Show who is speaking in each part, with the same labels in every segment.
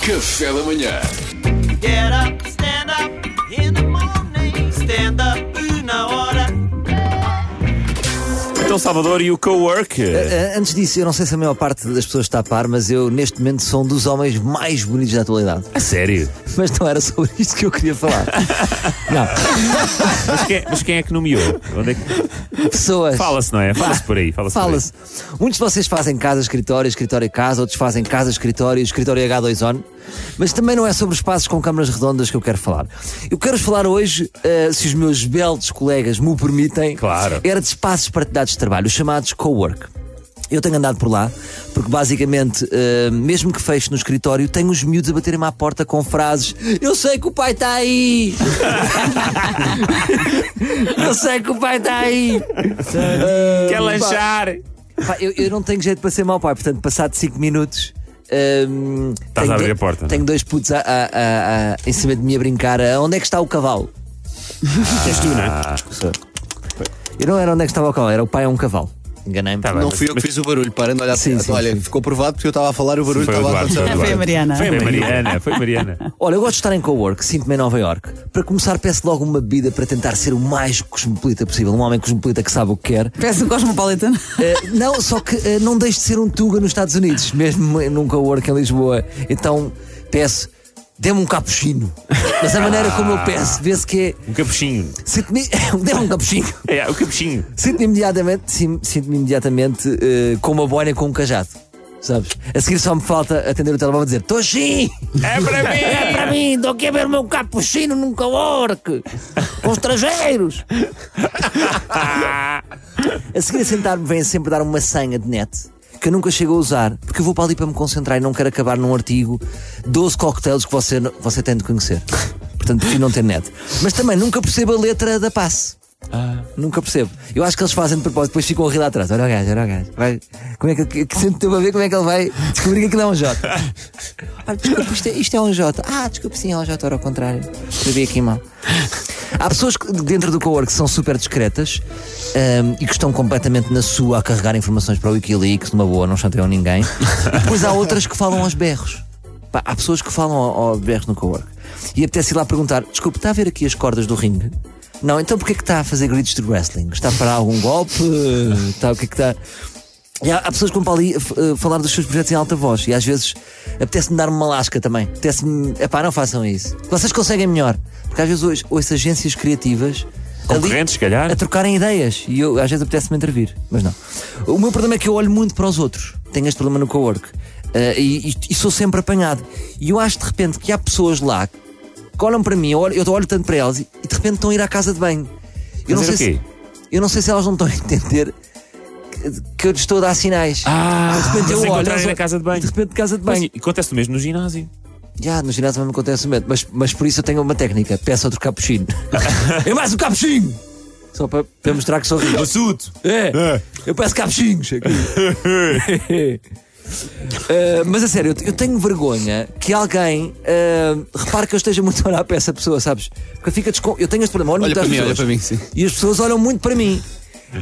Speaker 1: Café da manhã.
Speaker 2: Get up, stand up in the morning. Stand up na hora.
Speaker 3: Então, Salvador e o Cowork.
Speaker 4: Ah, Antes disso, eu não sei se a maior parte das pessoas está a par, mas eu neste momento sou um dos homens mais bonitos da atualidade.
Speaker 3: A sério?
Speaker 4: Mas não era sobre isto que eu queria falar. Não,
Speaker 3: Mas quem, mas quem é que nomeou? Onde é que-
Speaker 4: pessoas.
Speaker 3: Fala-se, não é? Fala-se por aí. Fala-se. por aí.
Speaker 4: Fala-se. Muitos de vocês fazem casa, escritório, escritório, casa, outros fazem casa, escritório, escritório H2ON. Mas também não é sobre espaços com câmaras redondas que eu quero falar. Eu quero falar hoje, eh, se os meus belos colegas me o permitem,
Speaker 3: Claro.
Speaker 4: era de espaços partilhados de trabalho, os chamados co-work. Eu tenho andado por lá, porque basicamente, eh, mesmo que feche no escritório, tenho os miúdos a baterem-me à porta com frases: Eu sei que o pai está aí! Eu sei que o pai está aí!
Speaker 3: Quer lanchar?
Speaker 4: Pá, eu, eu não tenho jeito para ser mau pai, portanto, passado 5 minutos. hum,
Speaker 3: Estás
Speaker 4: tenho
Speaker 3: a abrir
Speaker 4: do-
Speaker 3: a porta, não é?
Speaker 4: Tenho dois putos a- a- a- a- em cima de mim a brincar. a onde é que está o cavalo?
Speaker 3: És tu, não é?
Speaker 4: Eu não era onde é que estava o cavalo, era o pai a um cavalo. Enganei-me.
Speaker 3: Tá bem,
Speaker 5: Não
Speaker 3: mas-
Speaker 5: fui eu que
Speaker 3: mas
Speaker 5: fiz o barulho, para de olhar
Speaker 4: Sim, sim,
Speaker 5: Olha,
Speaker 4: sim.
Speaker 5: ficou provado porque eu estava a falar e o barulho
Speaker 3: Foi o
Speaker 5: estava a
Speaker 3: Eduardo.
Speaker 5: acontecer.
Speaker 3: Foi,
Speaker 6: Foi
Speaker 3: o
Speaker 6: a
Speaker 3: Eduardo.
Speaker 6: Mariana.
Speaker 3: Foi a Mariana. Foi a Mariana.
Speaker 4: Olha, eu gosto de estar em co-work, sinto-me em Nova York. Para começar, peço logo uma bebida para tentar ser o mais cosmopolita possível. Um homem cosmopolita que sabe o que quer.
Speaker 6: Parece um cosmopolitan.
Speaker 4: Eh, não, só que eh, não deixe de ser um Tuga nos Estados Unidos, mesmo num co-work em Lisboa. Então peço, dê-me um capuchino. Mas a maneira como eu peço, vê-se que é.
Speaker 3: Um capuchinho.
Speaker 4: Sinto-me. Dê-me um capuchinho.
Speaker 3: É, o capuchinho.
Speaker 4: Sinto-me imediatamente, sim- sinto-me imediatamente eh, com uma boina e com um cajado. Sabes? A seguir só me falta atender o telemóvel e dizer: Tô sim!
Speaker 3: É para
Speaker 4: É
Speaker 3: mim!
Speaker 4: para mim, estou aqui a ver o meu capuchino num co-work com estrangeiros. a seguir a sentar-me, vem sempre dar uma senha de net que eu nunca chego a usar, porque eu vou para ali para me concentrar e não quero acabar num artigo 12 coquetéis que você, você tem de conhecer. Portanto, prefiro não ter net. Mas também nunca percebo a letra da passe. Nunca percebo. Eu acho que eles fazem de propósito, depois ficam a rir lá atrás. Olha o gajo, olha o gajo. Vai. Como é que, que, que sempre teve a ver como é que ele vai descobrir que aquilo é um J? Olha, desculpa, isto é, isto é um J. Ah, desculpa, sim, é um J, era ao contrário. Escrevi aqui mal. Há pessoas que dentro do co-work são super discretas ahm, e que estão completamente na sua a carregar informações para o Wikileaks, numa boa, não chanteiam ninguém. E depois há outras que falam aos berros. Pá, há pessoas que falam ao- aos berros no co-work. E apetece ir lá perguntar: desculpe, está a ver aqui as cordas do ringue? Não, então porquê é que está a fazer gritos de wrestling? Está para algum golpe? Está, o que é que está. E há, há pessoas que vão para ali f- eh, falar dos seus projetos em alta voz e às vezes apetece-me dar uma lasca também. Apetece-me. Epá, não façam isso. Vocês conseguem melhor. Porque às vezes ouço, ouço agências criativas. ali
Speaker 3: Concorrentes, se calhar.
Speaker 4: A trocarem ideias. E eu, às vezes apetece-me intervir. Mas não. O meu problema é que eu olho muito para os outros. Tenho este problema no co-work. Eh, e, e- e sou sempre apanhado. E eu acho de repente que há pessoas lá que olham para mim, eu olho, eu olho tanto para elas e, e de repente estão a ir à casa de banho. Eu não,
Speaker 3: Fazer o
Speaker 4: sei se,
Speaker 3: quê?
Speaker 4: eu não sei se elas não estão a entender que- que eu lhes estou a dar sinais.
Speaker 3: Ah,
Speaker 4: de repente
Speaker 3: mas
Speaker 4: eu olho.
Speaker 3: encontrarem
Speaker 4: elas-
Speaker 3: na casa de banho.
Speaker 4: De repente, casa de
Speaker 3: Mas
Speaker 4: banho.
Speaker 3: acontece o mesmo no ginásio.
Speaker 4: Já, no ginásio também me acontece o mesmo. Mas, mas por isso eu tenho uma técnica: peço outro capuchinho. é mais um capuchinho! Só para, para mostrar que sou rico.
Speaker 3: Assuto!
Speaker 4: É, eu peço capuchinhos aqui. Eh, mas a sério, eu, eu tenho vergonha que alguém eh, repare que eu esteja muito a olhar para essa pessoa, sabes? Porque fica descon... Eu tenho este problema, olho
Speaker 5: Olha
Speaker 4: muito
Speaker 5: para
Speaker 4: às
Speaker 5: mim, olha
Speaker 4: pessoas.
Speaker 5: para mim, sim.
Speaker 4: E as pessoas olham muito para mim.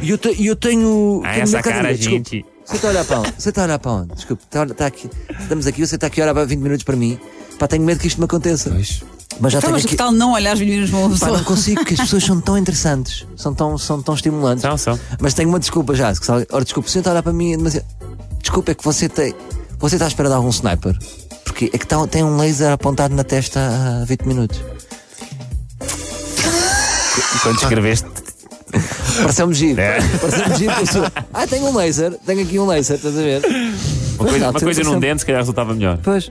Speaker 4: E eu, te- e eu tenho.
Speaker 3: Ah,
Speaker 4: tenho
Speaker 3: essa
Speaker 4: na
Speaker 3: cara,
Speaker 4: cadeira, desculpe.
Speaker 3: gente.
Speaker 4: Você está a olhar para onde? Você está a olhar para onde? Desculpe, está, a olhar- está aqui. Estamos aqui, você está aqui a olhar para 20 minutos para mim. Pá, tenho medo que isto me aconteça. Mas já
Speaker 6: Então,
Speaker 4: tenho
Speaker 6: mas
Speaker 4: aqui.
Speaker 3: tá-
Speaker 6: que tal não olhar os meninos para uma
Speaker 4: Pá, não
Speaker 6: pessoa?
Speaker 4: consigo, que as pessoas são tão interessantes, são tão, são tão estimulantes.
Speaker 3: São, são.
Speaker 4: Mas tenho uma desculpa já. Que se alguém- ora, desculpa, se eu estou a olhar para mim, é demasiado. Desculpa, é que você tem. Você está à espera de algum sniper? Porque é que tá- tem um laser apontado na testa há 20 minutos.
Speaker 3: Quando escreveste,
Speaker 4: Pareceu-me um giro.
Speaker 3: É.
Speaker 4: Pareceu-me giro. que eu sou- Ah, tenho um laser, tenho aqui um laser, estás a ver?
Speaker 3: uma coisa, uma coisa num
Speaker 4: dentro.
Speaker 3: dente, se calhar resultava melhor.
Speaker 4: Pois.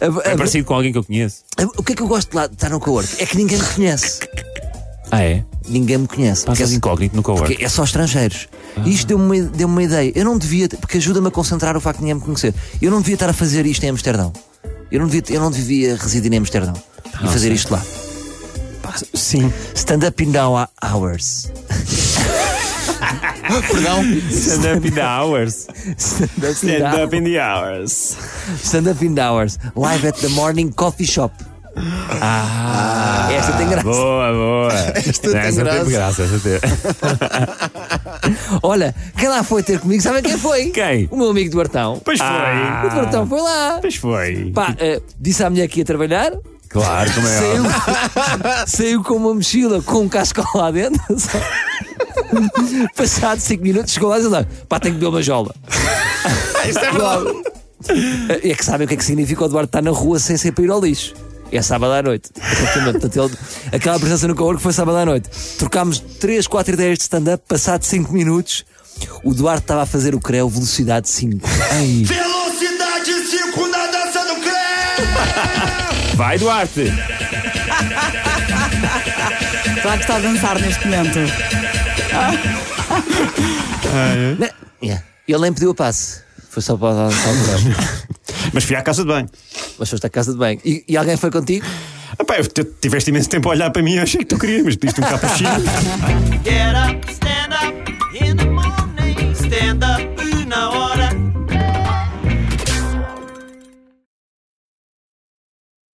Speaker 4: A- a-
Speaker 3: É parecido com alguém que eu conheço.
Speaker 4: a- o que é que eu gosto de lá de estar no co-work? É que ninguém me conhece.
Speaker 3: Ah, é?
Speaker 4: Ninguém me conhece. Porque
Speaker 3: Passas
Speaker 4: é-
Speaker 3: incógnito no cowork.
Speaker 4: Porque é só estrangeiros.
Speaker 3: Ah.
Speaker 4: E isto deu-me uma, deu-me uma ideia. Eu não devia, porque ajuda-me a concentrar o facto de ninguém me conhecer. Eu não devia estar a fazer isto em Amsterdão. Eu não devia, eu não devia residir em Amsterdão e fazer isto lá.
Speaker 3: Ah, Sim.
Speaker 4: Stand up in now há hours.
Speaker 5: Perdão.
Speaker 3: Stand up in the hours.
Speaker 4: Stand up in
Speaker 3: Stand
Speaker 4: the-
Speaker 3: up in the hours.
Speaker 4: Stand up in the hours. Live at the morning coffee shop. Esta tem graça.
Speaker 3: Ah, Boa, boa.
Speaker 5: Esta tem
Speaker 3: essa teve graça,
Speaker 5: graça.
Speaker 3: essa teve.
Speaker 4: Olha, quem lá foi ter comigo, sabem quem foi?
Speaker 3: Quem?
Speaker 4: O meu amigo do Bartão. Ah.
Speaker 3: Pois foi.
Speaker 4: O Bartão foi lá.
Speaker 3: Ah, Pois foi.
Speaker 4: Pá, eh, disse à mulher que ia trabalhar,
Speaker 3: Claro, como é
Speaker 4: saiu,
Speaker 3: óbvio.
Speaker 4: saiu com uma mochila com um casco lá dentro. só. Passado 5 minutos, chegou lá e disse: pá, tenho que beber uma jola.
Speaker 3: Isto é verdade.
Speaker 4: É que sabem o que é que significa o Eduardo estar na rua sem ser para ir ao lixo. É sábado à noite. Exatamente. Portanto, ele- aquela presença no cowork foi sábado à noite. Trocámos 3, 4 ideias de stand-up, passado 5 minutos, o Duarte estava a fazer o creu velocidade 5. Ai,
Speaker 2: Velocidade 5 na dança do creme!
Speaker 3: Vai, Duarte.
Speaker 6: Claro que está a dançar neste momento.
Speaker 4: né? Yeah. Ele nem pediu a passe. Foi só para dar um só o creu.
Speaker 1: Mas fui à casa de banho.
Speaker 4: Mas foste à casa de banho. E, e alguém foi contigo?
Speaker 1: Epá, eu te- tiveste imenso tempo a olhar para mim e achei que tu querias, mas pediste um capuchinho.
Speaker 2: Get up, stand up in the morning. Stand up na hora.